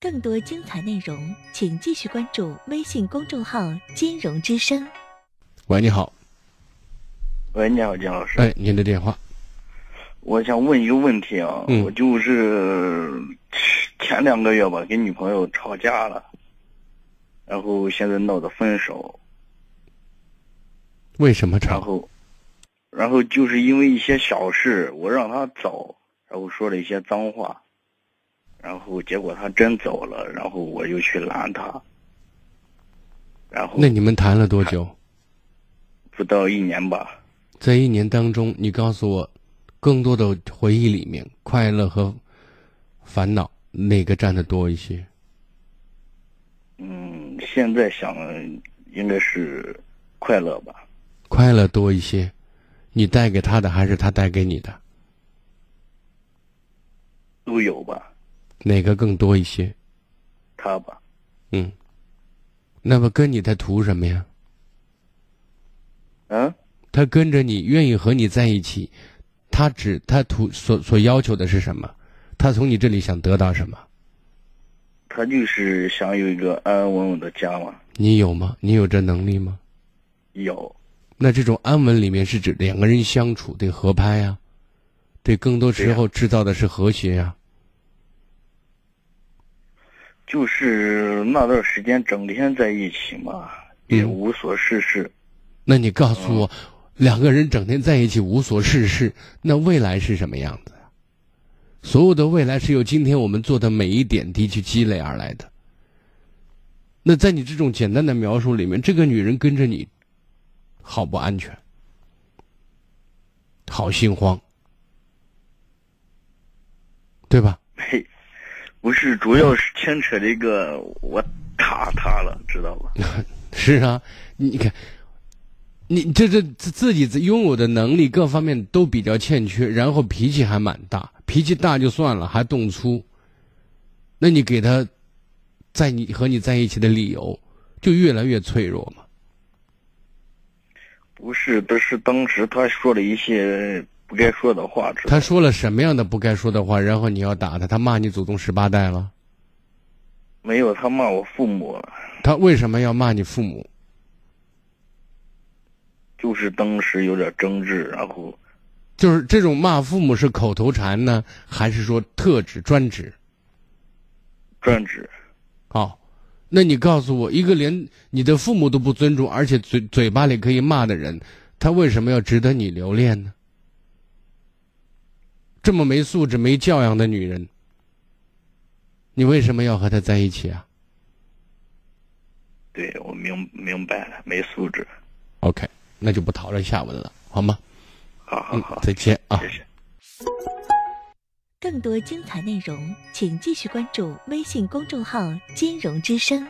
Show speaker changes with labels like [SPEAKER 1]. [SPEAKER 1] 更多精彩内容，请继续关注微信公众号“金融之声
[SPEAKER 2] 喂，你好，
[SPEAKER 3] 喂，你好，金老师，
[SPEAKER 2] 哎，您的电话，
[SPEAKER 3] 我想问一个问题啊，
[SPEAKER 2] 嗯
[SPEAKER 3] 我就是前两个月吧，跟女朋友吵架了，然后现在闹得分手，
[SPEAKER 2] 为什么
[SPEAKER 3] 然
[SPEAKER 2] 吵？
[SPEAKER 3] 后，然后就是因为一些小事，我让她走，然后说了一些脏话，然后结果她真走了，然后我又去拦她，然后
[SPEAKER 2] 那你们谈了多久？
[SPEAKER 3] 不到一年吧，
[SPEAKER 2] 在一年当中，你告诉我，更多的回忆里面，快乐和烦恼哪个占的多一些？
[SPEAKER 3] 嗯，现在想应该是快乐吧，
[SPEAKER 2] 快乐多一些，你带给他的还是他带给你的？
[SPEAKER 3] 都有吧，
[SPEAKER 2] 哪个更多一些？
[SPEAKER 3] 她吧。
[SPEAKER 2] 嗯，那么跟你他图什么呀？啊
[SPEAKER 3] 嗯，
[SPEAKER 2] 他跟着你，愿意和你在一起，他只他图所所要求的是什么？他从你这里想得到什么？
[SPEAKER 3] 他就是想有一个安安稳稳的家嘛。
[SPEAKER 2] 你有吗？你有这能力吗？
[SPEAKER 3] 有，
[SPEAKER 2] 那这种安稳里面是指两个人相处得合拍呀、对，更多时候制造的是和谐啊呀、
[SPEAKER 3] 就是那段时间整天在一起嘛，也
[SPEAKER 2] 嗯
[SPEAKER 3] 无所事事。
[SPEAKER 2] 那你告诉我，两个人整天在一起无所事事，那未来是什么样子啊？所有的未来是由今天我们做的每一点滴去积累而来的。那在你这种简单的描述里面，这个女人跟着你，好不安全，好心慌，对吧？
[SPEAKER 3] 嘿，不是，主要是牵扯这个我打他了，知道吧？
[SPEAKER 2] 是啊，你看，你这这自自己拥有的能力各方面都比较欠缺，然后脾气还蛮大，脾气大就算了，还动粗。那你给他在你和你在一起的理由就越来越脆弱嘛？
[SPEAKER 3] 不是，但是当时他说了一些不该说的话，知道
[SPEAKER 2] 他说了什么样的不该说的话，然后你要打他，他骂你祖宗十八代了，
[SPEAKER 3] 没有？他骂我父母了，
[SPEAKER 2] 他为什么要骂你父母？
[SPEAKER 3] 就是当时有点争执，然后
[SPEAKER 2] 就是这种骂父母是口头禅呢，还是说特指专指？
[SPEAKER 3] 专指。
[SPEAKER 2] 好，啊那你告诉我，一个连你的父母都不尊重，而且嘴嘴巴里可以骂的人，他为什么要值得你留恋呢？这么没素质、没教养的女人，你为什么要和她在一起啊
[SPEAKER 3] 对我明明白了，没素质。
[SPEAKER 2] ？OK，那就不讨论下文了，好吗？
[SPEAKER 3] 好好
[SPEAKER 2] 嗯
[SPEAKER 3] 好，，
[SPEAKER 2] 再见啊
[SPEAKER 3] 谢。谢。”。
[SPEAKER 1] 更多精彩内容，请继续关注微信公众号“金融之声”。